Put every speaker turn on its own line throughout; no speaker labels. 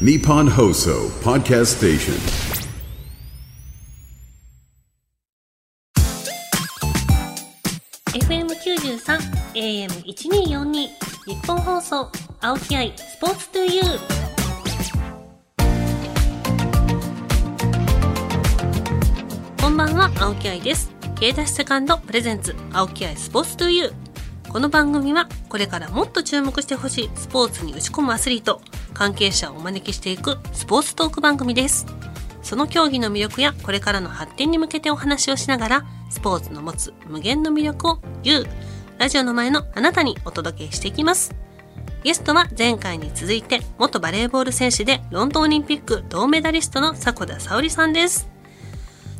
Nippon Hoso Podcast Station.
93 AM1242 日本放送青木愛スポーツ 2U こんばんは青木愛です経済セカンドプレゼンツ青木愛スポーツ 2U この番組はこれからもっと注目してほしいスポーツに打ち込むアスリート関係者をお招きしていくスポーツトーク番組ですその競技の魅力やこれからの発展に向けてお話をしながらスポーツの持つ無限の魅力を YOU ラジオの前のあなたにお届けしていきますゲストは前回に続いて元バレーボール選手でロンドンオリンピック銅メダリストの迫田沙織さんです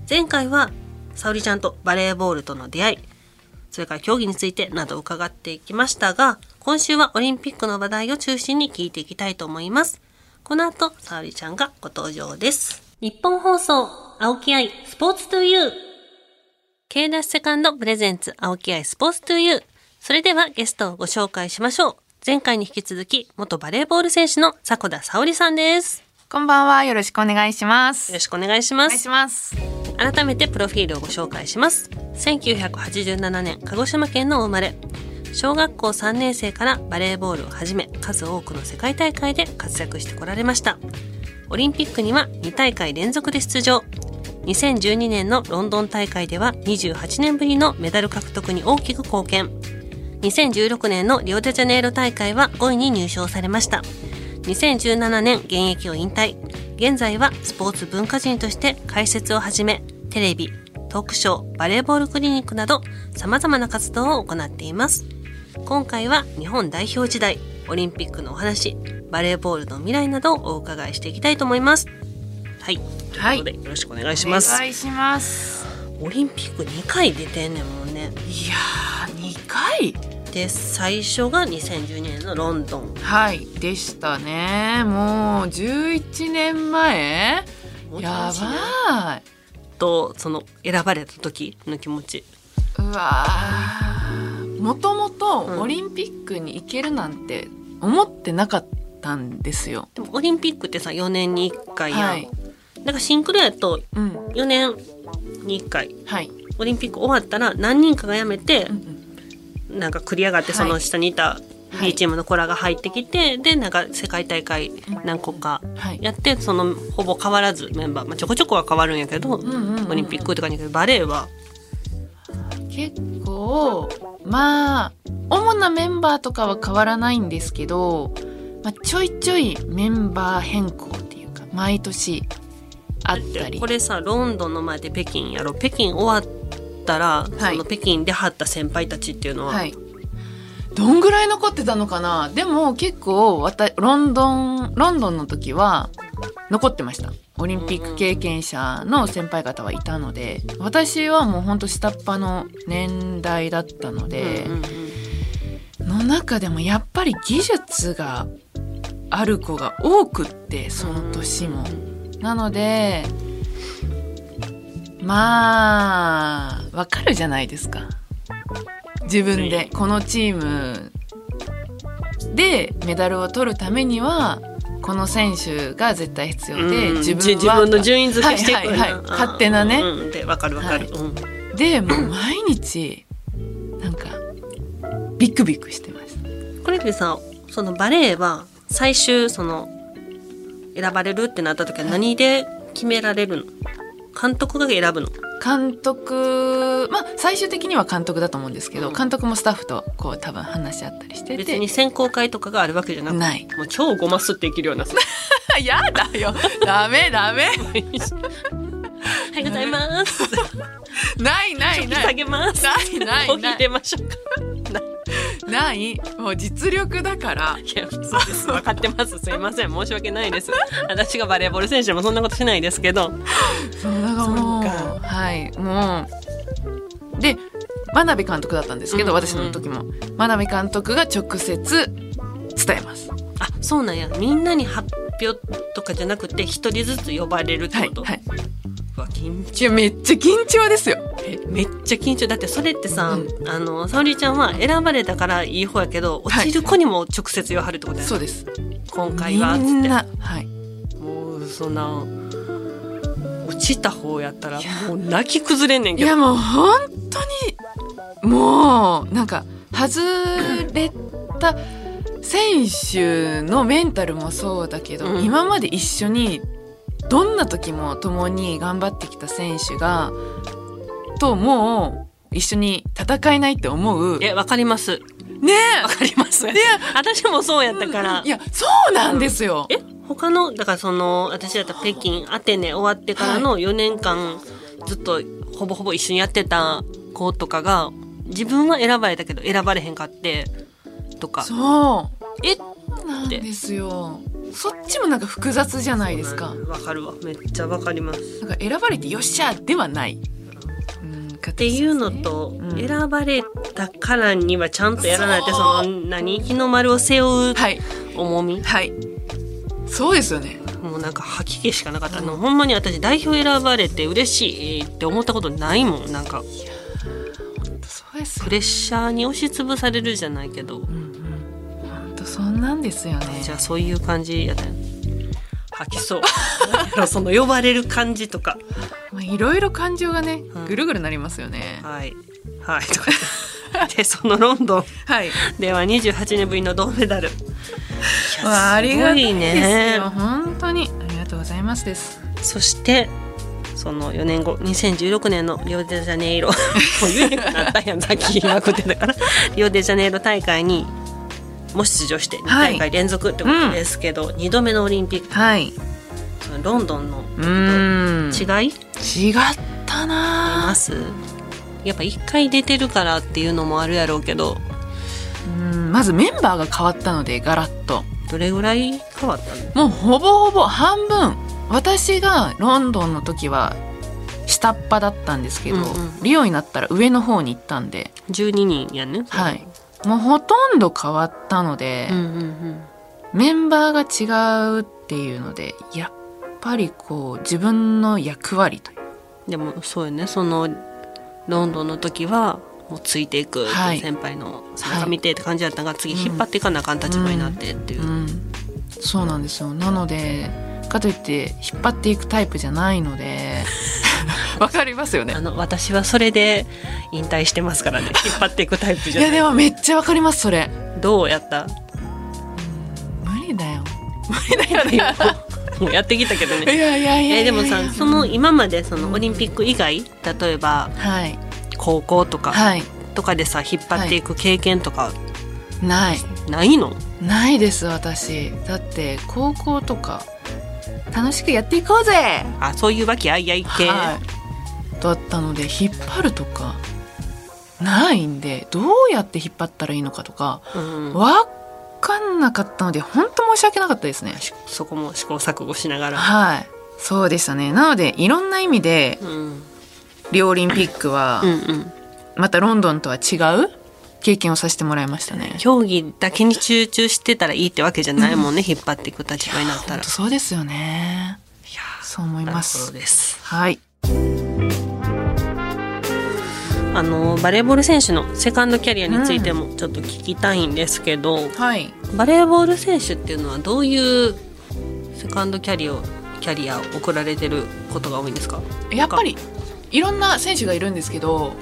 前回は沙織ちゃんとバレーボールとの出会いそれから競技についてなど伺っていきましたが今週はオリンピックの話題を中心に聞いていきたいと思いますこの後沙織ちゃんがご登場です日本放送青木愛スポーツ 2U K ダッシュセカンドプレゼンツ青木愛スポーツ 2U それではゲストをご紹介しましょう前回に引き続き元バレーボール選手の迫田沙織さんです
こんばんは。よろしくお願いします。
よろ
し
しくお願いしま
くお願い
す
します。
改めてプロフィールをご紹介します1987年鹿児島県のお生まれ小学校3年生からバレーボールをはじめ数多くの世界大会で活躍してこられましたオリンピックには2大会連続で出場2012年のロンドン大会では28年ぶりのメダル獲得に大きく貢献2016年のリオデジャネイロ大会は5位に入賞されました2017年現役を引退現在はスポーツ文化人として解説をはじめテレビトークショーバレーボールクリニックなど様々な活動を行っています今回は日本代表時代オリンピックのお話バレーボールの未来などをお伺いしていきたいと思いますはいということでよろしくお願いします、
お願いします。
オリンピック2回出てんねんもんね
いやー、二回。
で最初が2012年のロンドン
はい、でしたね。もう十一年前。
もうちょっ
や
とね
ばい。
とその選ばれた時の気持ち
うわー。もとも
う
と
ん
オリンピックに行けるなんて思ってなかったんですよ。
でもオリンピックってさ4年に1回やん、
はい。
だからシンクロやと
うん。
4年に1回
はい。
オリンピック終わったら何人かが辞めて
うん、うん
なんか繰り上がって
はい
その下にいた
はい
B チームの子らが入ってきてでなんか世界大会何個か
はい。
やってそのほぼ変わらずメンバー、まあ、ちょこちょこは変わるんやけど、
んうんうん
オリンピックとかにけどバレーは
結構まあ主なメンバーとかは変わらないんですけど、まあ、ちょいちょいメンバー変更っていうか毎年あったり
これさロンドンの前で北京やろ北京終わったら、
はい
その北京で張った先輩たちっていうのは、
はいどんぐらい残ってたのかなでも結構わたロンドンロンドンの時は残ってましたオリンピック経験者の先輩方はいたので私はもうほんと下っ端の年代だったので、
うんうんうん
の中でもやっぱり技術がある子が多くってその年も。なのでまあわかるじゃないですか自分でこのチームでメダルを取るためにはこの選手が絶対必要で、
うん
自分は
じ自分の順位付けしていく
はいはいはい
うん
勝手なね
うんうんでわかるわかる、
はい
うん
でもう毎日なんかビクビクしてました。
これってさそのバレーは最終その選ばれるってなった時は何で決められるの監督が選ぶの
監督まあ最終的には監督だと思うんですけど、
うん
監督もスタッフとこう多分話し合ったりして
別
て
に選考会とかがあるわけじゃなくて
ない
もう超ごますって生きるようなさ
やだよダメダメ
おはようござい ます
ないないな
下
い
げます
ない ないない
コーヒー出ましょうか
ないもう実力だから
いや普通です分かってますすいません申し訳ないです私がバレーボール選手でもそんなことしないですけど
そうだからもう
そっ
はいもうで真鍋監督だったんですけ
うんう
ど、
ん
私の時も真鍋監督が直接伝えます
あそうなんやみんなに発表とかじゃなくて一人ずつ呼ばれるって
はい
こと、
はいう
わ緊
いやめっちゃ緊張ですよ
めっちゃ緊張だってそれってさ、
う
あの沙織ちゃんは選ばれたからいい方やけど落ちる子にも直接言わはるってことやね、
そうです
今回はっつ
みん
って
なはい
分そんな落ちた方やったらもう泣き崩れんねん
い
けど
やもう本当にもうなんか外れた選手のメンタルもそうだけど、
うん
今まで一緒にどんな時も共に頑張ってきた選手がともう一緒に戦えないって思うね
えわかりますわかります私もそうやったから
えいやそうなんですよ、
え他のだからその私だったら北京アテネ終わってからの4年間ずっとほぼほぼ一緒にやってた子とかが自分は選ばれたけど選ばれへんかってとか
そ
え
うなんですよそっちもなんか複雑じゃないですか
わかるわめっちゃわかりますっ
なんか選ばれてよっしゃではない、うん、って
いうのと、
うん
選ばれたからにはちゃんとやらないってその何日の丸を背負う
はい
重み、
はい。そうですよね。
もうなんか吐き気しかなかった、あのほんまに私代表選ばれて嬉しいって思ったことないもんなんか
そうですよ
プレッシャーに押しつぶされるじゃないけど、
本当そんなんですよね。
じゃあそういう感じやったよ吐きそう なんやろその呼ばれる感じとか
まあいろいろ感情がね
ん、
ぐるぐるなりますよね。
はいはいとか言 ってでそのロンドン
はい。
では28年ぶりの銅メダル
まあありがたいですよ。
ね
本当にありがとうございますです。
そしてその4年後2016年のリオデジャネイロ もう言えなくなったやんさっき言いまくってたからリオデジャネイロ大会にも出場して2大会連続ってことですけど、2度目のオリンピック
はい。
そのロンドンの
うーん。
違い、
違った
いま
なぁ。
すやっぱ一回出てるからっていうのもあるやろうけど
うんまずメンバーが変わったのでガラッと。
どれぐらい変わったの
もうほぼほぼ半分私がロンドンの時は下っ端だったんですけど、
うんうん
リオになったら上の方に行ったんで、
12人やね
はい、もうほとんど変わったので、
うんうん
メンバーが違うっていうのでやっぱりこう自分の役割という
うんでもそうよねそのロンドンの時はもうついていく、
はい
先輩の背中見てって感じだったが、次引っ張っていかなあかん立場になってっていう、
うん、そうなんですよなのでかといって引っ張っていくタイプじゃないの でわかりますよね
あの私はそれで引退してます からね引っ張っていくタイプ
い
じゃ
や
ない
でもめっちゃわかりますそれ
どうや った
無理だよ
もうやってきたけど
いや
ね
いやいやいや
えでもさその今までそのオリンピック以外例えば
はい
高校とか、
はい
とかでさ引っ張っていく経験とか
ない
ないの、
ないです私だって高校とか楽しくやっていこうぜ
あそういうわけあいあい系、
はい、だったので引っ張るとかないんでどうやって引っ張ったらいいのかとか
うん、
分かんなかったので本当申し訳なかったですね
そこも試行錯誤しながら、
はいそうでしたねなのでいろんな意味で
うん、うん
リオオリンピックは
うん
またロンドンとは違う経験をさせてもらいましたね
競技だけに集中してたらいいってわけじゃないもんね引っ張っていく立場になった
本
ら
当そうですよね
いや
そう思い
ー
ま
なるほ
す
どです
はい
あのバレーボール選手のセカンドキャリアについてもちょっと聞きたいんですけど、
はい
バレーボール選手っていうのはどういうセカンドキャリアをキャリアを送られてることが多いんですか
やっぱりいろんな選手がいるんですけど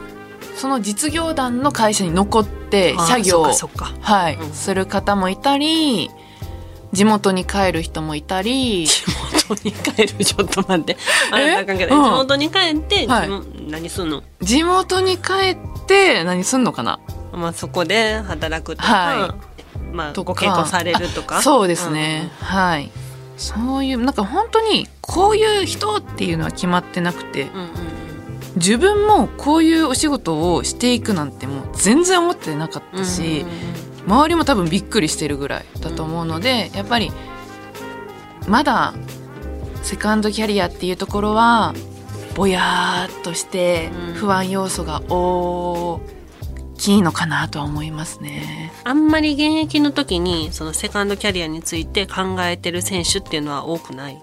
その実業団の会社に残って
あー
作業を
そっかそっか
はい、
うん
する方もいたり地元に帰る人もいたり
地元に帰るちょっと待ってあ
え
れあかんけど、
うん
地元に帰って、
は
自
い
分何すんの、
地元に帰って何すんのかな
まあ、そこで働くとか、
は
まあ
と
ご
か
結婚されるとか
あそうですね、はいそういうなんか本当にこういう人っていうのは決まってなくて
うんうんうんうん
自分もこういうお仕事をしていくなんてもう全然思ってなかっ
うん
たし、周りも多分びっくりしてるぐらいだと思うので、やっぱりまだセカンドキャリアっていうところはぼやーっとして
うん
不安要素が大きいのかなとは思いますね。
あんまり現役の時にそのセカンドキャリアについて考えてる選手っていうのは多くない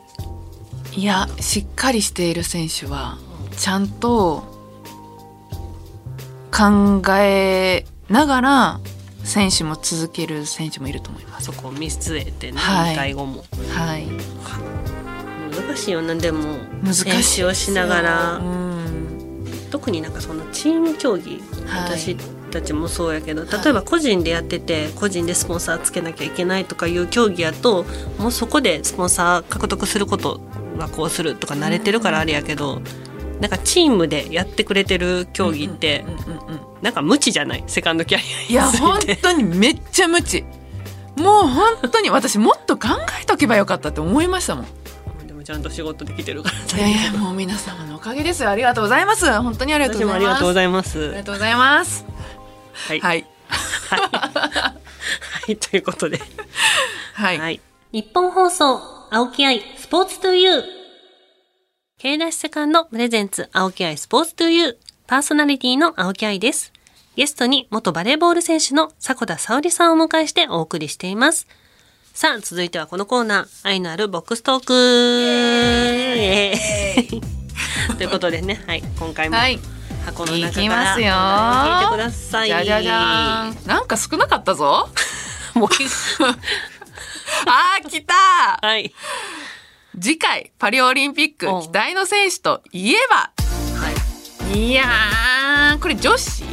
いやしっかりしている選手はちゃんと考えながら選手も続ける選手もいると思います。
そこを見据えてね、
はい
引退後も
はい、
う難しいよなでも
難しい
練習をしなが
う
ら
ん
特になんかそのチーム競技、
はい
私たちもそうやけど
はい
例えば個人でやってて個人でスポンサーつけなきゃいけないとかいう競技やともうそこでスポンサー獲得することはこうするとか慣れてるからあれやけど、なんかチームでやってくれてる競技って、
うんうんうんうん
なんか無知じゃないセカンドキャリア
いや
につ
本
いて
当にめっちゃ無知もう本当に私もっと考えとけばよかったって思いましたもん
でもちゃんと仕事できてるから
いやいやもう皆様のおかげですよありがとうございます本当にありがとう
私も
ござ
あ
い
り
ま
が
す
とうございま
あり
す
がとうございます
はい、
はい
はい、ということで
はい、
い。日本放送、青木愛、スポーツトゥーユー。K ダッシュセカンドプレゼンツ、青木愛、スポーツトゥーユー。パーソナリティの青木愛です。ゲストに元バレーボール選手の迫田沙織さんをお迎えしてお送りしています。さあ、続いてはこのコーナー、愛のあるボックストークイエーイ ということでね、はい、今回も
はい
箱の中から、
いきますよ
聞いてください。
じゃじゃじゃーんなんか少なかったぞ
もう
あー来た
はい。
次回パリオリンピック
うん
期待の選手といえば
はい。
いやーこれ女子
ど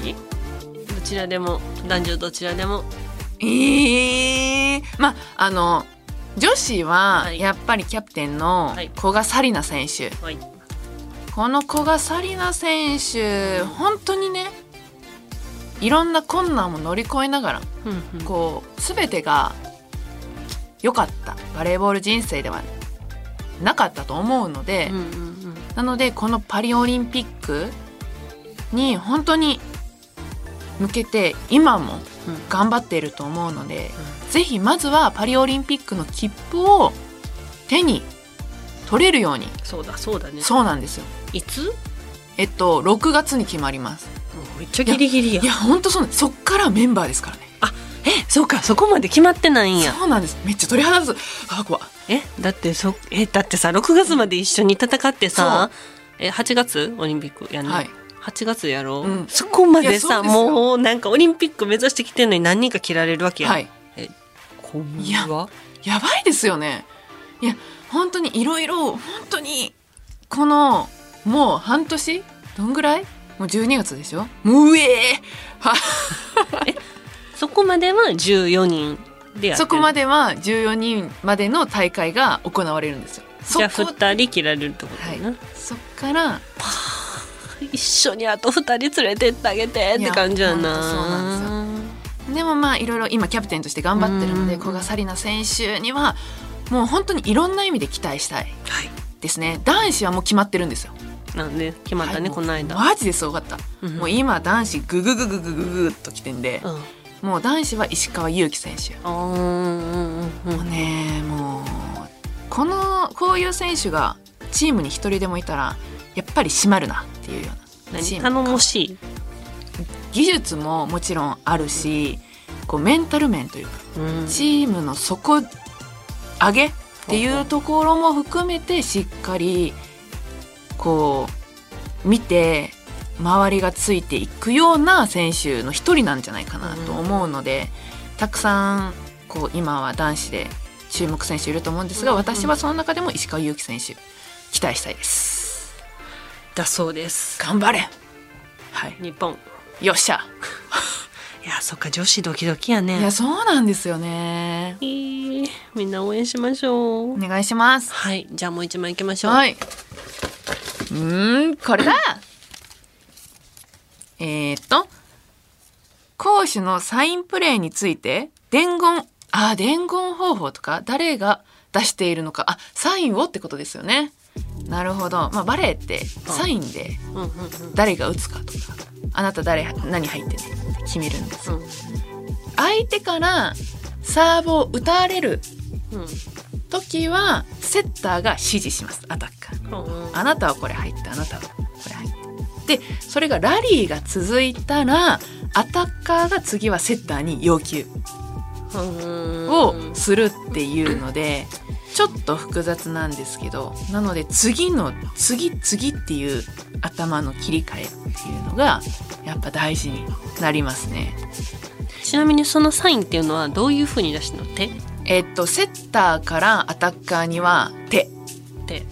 ちらでも男女どちらでも
ええまああの女子は
はい
やっぱりキャプテンの
はい
古賀紗理那選手、
はい
この古賀紗理那選手本当にねいろんな困難も乗り越えながら
こ
こう全てが良かったバレーボール人生ではなかったと思うので、
ううんうん
なのでこのパリオリンピックに本当に向けて今も
うん
頑張っていると思うので、ぜひまずはパリオリンピックの切符を手に取れるように、
そうだそうだね
そうなんですよ
いつ
えっと6月に決まります
めっちゃギリギリや
いや本当そうなんですそっからメンバーですからね
えそうかそこまで決まってないんや
そうなんですめっちゃ鳥肌立つあ怖っ
えだってそえだってさ6月まで一緒に戦ってさえ8月オリンピックやんね、
はい
8月やろ、
うん
そこまで
いや
さ
そうですよ
もうなんかオリンピック目指してきてるのに何人か切られるわけやん、
はい
こん
いや
は
やばいですよねいや本当にいろいろ本当にこのもう半年どんぐらいもう12月でしょもううえ
そこまでは14人でや
ー
ってる
そこまでは14人までの大会が行われるんですよそ
じゃあ
こ
2人切られるってことだ
はい
な、、
そっから
一緒にあと2人連れてってあげてって感じや
いやほんとそうな
な
でもまあいろいろ今キャプテンとして頑張ってるので
うん
古賀紗理那選手にはもう本当にいろんな意味で期待したい
はい
ですね男子はもう決まってるんですよ
なんで決まった
はい
ね、
もう
この間、
マジですごかった、
ん
もう今男子グググググググっと来てんで、
うん
もう男子は石川祐希選手
あーうんうんう
もうんねもうこのこういう選手がチームに一人でもいたらやっぱり締まるなっていうようなチ
何
ーム
頼もしい、
技術ももちろんあるしこうメンタル面というか
うん
チームの底上げっていうところも含めてしっかりこう見て周りがついていくような選手の一人なんじゃないかなと思うので、たくさんこう今は男子で注目選手いると思うんですが
うん
私はその中でも石川祐希選手期待したいです
だそうです
頑張れはい
日本
よっしゃ
いやそっか女子ドキドキや
いや
ね
そうなんですよね
えーみんな応援しましょう、
お願いします
はいじゃあもう一枚いきましょう、
はい。うーん、これだえーっと、攻守のサインプレーについて、伝言、あー、伝言方法とか、誰が出しているのか、あ、サインをってことですよね。なるほど。まあ、バレーって、サインで
うんうん
誰が打つかとか、あなた誰、何入ってるのって決めるんですよ。相手からサーブを打たれる
うんうん
時は、セッターが指示します、アタッカー。
うん
あなたはこれ入ってあなたはこれ入ってでそれがラリーが続いたらアタッカーが次はセッターに要求
うん
をするっていうのでちょっと複雑なんですけどなので次の次次っていう頭の切り替えっていうのがやっぱ大事になりますね。
ちなみにそのサインっていうのはどういう風に出してんの手
えっとセッターからアタッカーには手
手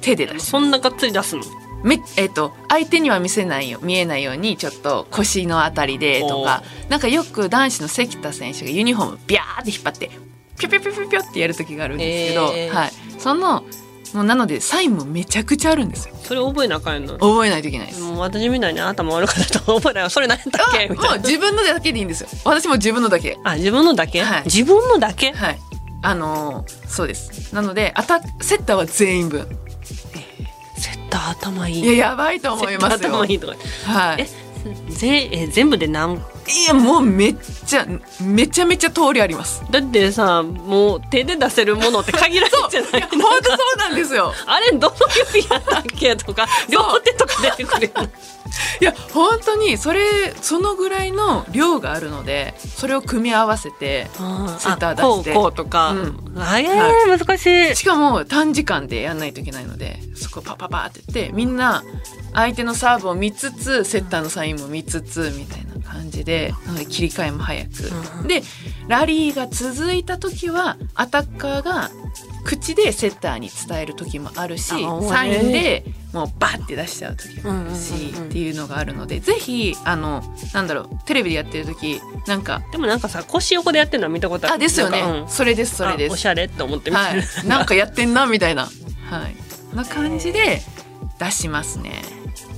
手で出し
そんながっつり出すの
めえっと相手には見せないよ見えないようにちょっと腰のあたりでとかなんかよく男子の関田選手がユニフォームビャーって引っ張ってピョピョピョピョピョってやる時があるんですけど、
へー
はい、そのもうなのでサインもめちゃくちゃあるんですよ
それ覚えなあかんの
覚えないといけないです。
もう私みたいに頭悪かったと覚えないわそれ何やったっけみ
も
た
う
いな
自分のだけでいいんですよ私も自分のだけ
あ自分のだけ、
はい
自分のだけ
はいあのーそうですなのでアタセッターは全員分
セッター頭いい
いややばいと思
セ
い
ッター
ますよ
頭いいとか
はい
えぜえ全部で何
いやもうめっちゃめちゃめちゃ通りあります
だってさもう手で出せるものって限られてない
本当そうなんですよ
あれどの指やったっけとか両手とか出てくる
いや本当にそれそのぐらいの量があるのでそれを組み合わせてセッター出して
あこうこうとか、
うん
あれ、
は
難しい
しかも短時間でやんないといけないのでそこパパパって言ってみんな相手のサーブを見つつセッターのサインも見つつみたいな感じでなので切り替えも早
う
くでラリーが続いた時はアタッカーが口でセッターに伝える時もあるし
あもうね
サインでもうバッて出しちゃう時も
う
あるし
んうんうんうん
っていうのがあるのでぜひあのなんだろうテレビでやってる時なんか
でもなんかさ腰横でやってるのは見たことある
あですよ
なんかう
ね
ん
それですそれで
あお
す
しゃれって思って見て
は
る、
い、なんかやってんなみたいな、はい、な感じで出しますね。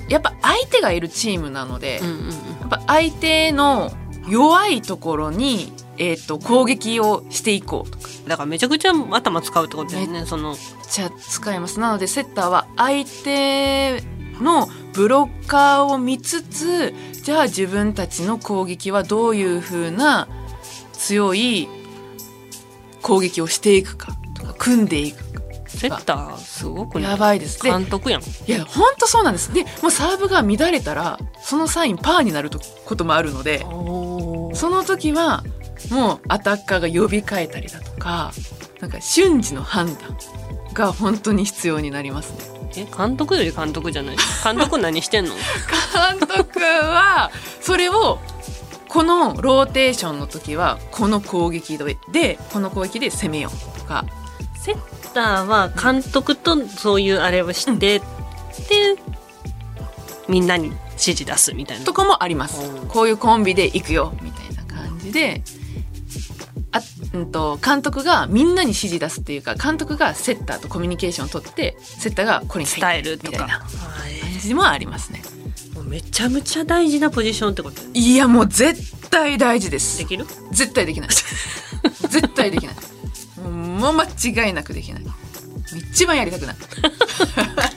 やっぱ相手がいるチームな ので、
うんうんうん
やっぱ相手の弱いところに、えー、と攻撃をしていこうとか
だからめちゃくちゃ頭使うってことだよねその
じゃあ使いますなのでセッターは相手のブロッカーを見つつじゃあ自分たちの攻撃はどういう風な強い攻撃をしていくかとか組んでいくか
セッターすごくね
やばいですね
監督やん
いや本当そうなんですでもうサーブが乱れたらそのサインパーになるとこともあるのでその時はもうアタッカーが呼び替えたりだとかなんか瞬時の判断が本当に必要になりますね。
え監督より監督じゃない監督何してんの
監督はそれをこのローテーションの時はこの攻撃でこの攻撃で攻めようとか
セッターは監督とそういうあれをして、でみんなに指示出すみたいな
とかもあります
うん。
こういうコンビで行くよみたいな感じで、あ、うんと監督がみんなに指示出すっていうか、監督がセッターとコミュニケーションを取って、セッターがこれに
伝えると
みたいな
か
感じもありますね。
もうめちゃめちゃ大事なポジションってことだよね
いやもう絶対大事です
で。きる
絶対 できない。絶対できない。もう間違いなくできない。一番やりた くない。だか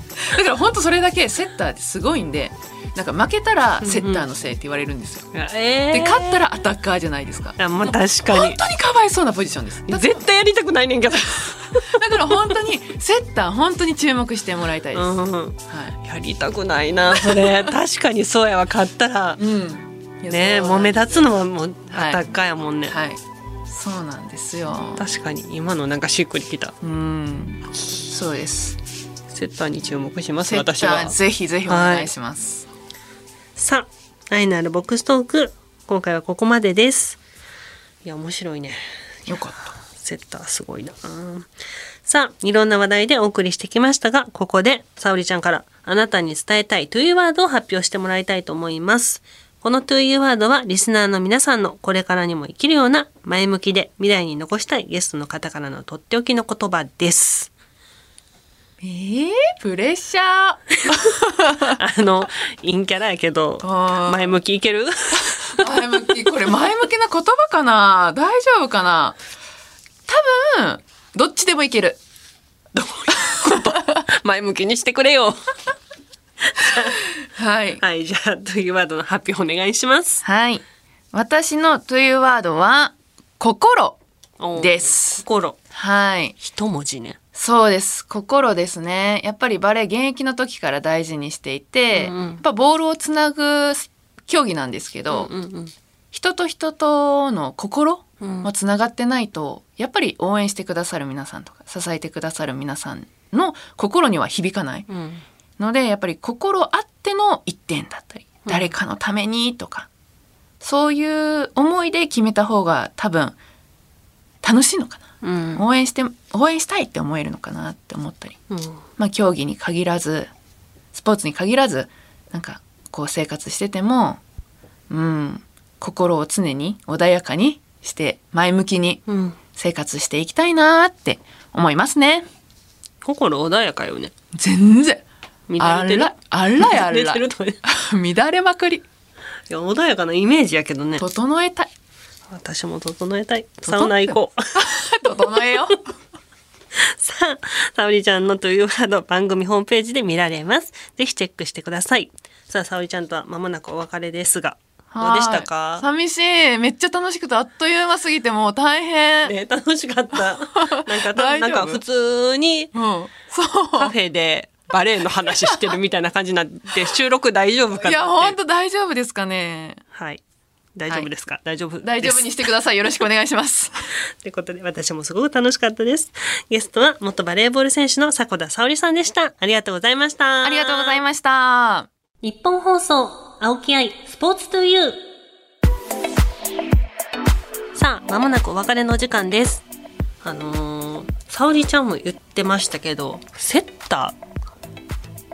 ら本当それだけセッターってすごいんで、なんか負けたらセッターのせいって言われるんですよ。
え
で勝ったらアタッカーじゃないですか
あまあ確か
本
に
当にかわいそうなポジションですだ
絶対やりたくないねんけど、
だから本当にセッター本当に注目してもらいたいです、は
うん、やりたくないなそ れ確かにそうやわ勝ったら
い、うんいや
ね
そうな
もうん目立つのはもう
はい
あったかやもんね、
はいそうなんですよ
確かに今のなんかしっくりきた
うんそうです
セッターに注目します
セッタ
私は
ーぜひぜひお願いします、
さあ愛のあるボックストーク今回はここまでですいや面白いね
よかった
セッターすごいなさあいろんな話題でお送りしてきましたがここで沙織ちゃんからあなたに伝えたいというワードを発表してもらいたいと思いますこのというワードはリスナーの皆さんのこれからにも生きるような前向きで未来に残したいゲストの方からのとっておきの言葉です
えー、プレッシャ
あの、陰キャラやけど、
あー
前向きいける
ー前向きこれ前向きな言葉かな大丈夫かな多分どっちでもいける
前向きにしてくれよ。
はい
はい、じゃあ、というワードの発表お願いします。
はい。私のというワードは、心です。
心。
はい。
一文字ね。
そうです。心ですね。やっぱりバレエ現役の時から大事にしていて、
うんうん
やっぱボールをつなぐ競技なんですけど、
うんうん。
人と人との心
うん
もつながってないと、やっぱり応援してくださる皆さんとか、支えてくださる皆さんの心には響かない。
うん。
のでやっぱり心あっての一点だったり誰かのためにとか、そういう思いで決めた方が多分楽しいのかな
うん
応援して応援したいって思えるのかなって思ったり、
うん
まあ、競技に限らずスポーツに限らずなんかこう生活しててもうん心を常に穏やかにして前向きに
うん
生活していきたいなって思いますね。
心穏やかよね
全然
乱
あ
れてる
らあらや
乱れ
ら
てるとね
乱れまくり
いや穏やかなイメージやけどね
整えたい
私も整えたい
って
サウナ行こう
整えよう
さあ沙織ちゃんのというワード番組ホームページで見られますぜひチェックしてくださいさあ沙織ちゃんとは間もなくお別れですがどうでした
はい
か
寂しいめっちゃ楽しくてあっという間すぎてもう大変、
ね楽しか ったなんかた
大丈
な
夫
んか普通に
うんそ
カフェでバレエの話してるみたいな感じにな って収録大丈夫か
ういや
な
ほ
っ
ん
て
と大丈夫ですかね
はい大丈夫ですか、大丈夫です
大丈夫にしてくださいよろしくお願いします
ということで私もすごく楽しかったですゲストは元バレーボール選手の迫田沙織さんでしたありがとうございました
ありがとうございました
日本放送、青木愛、スポーツトゥユー。さあ、まもなくお別れの時間です。あのー、沙織ちゃんも言ってましたけど、セッタ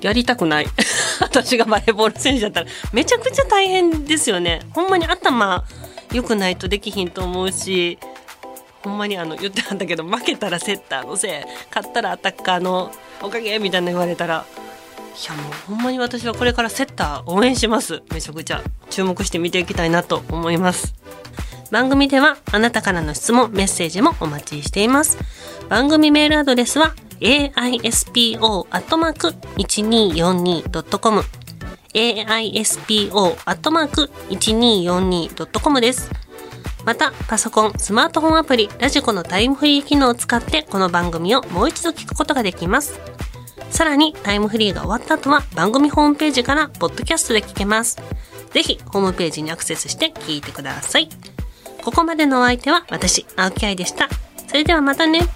ー、やりたくない。 私がバレーボール選手だったら、めちゃくちゃ大変ですよね。ほんまに頭良くないとできひんと思うし、ほんまにあの言ってたんだけど負けたらセッターのせい勝ったらアタッカーのおかげみたいな言われたらいやもうほんまに私はこれからセッター応援しますめちゃくちゃ注目して見ていきたいなと思います番組ではあなたからの質問メッセージもお待ちしています番組メールアドレスは aispo.1242.com aispo.1242.com ですまたパソコンスマートフォンアプリラジコのタイムフリー機能を使ってこの番組をもう一度聞くことができますさらにタイムフリーが終わった後は番組ホームページからポッドキャストで聞けますぜひホームページにアクセスして聞いてくださいここまでのお相手は私青木愛でしたそれではまたね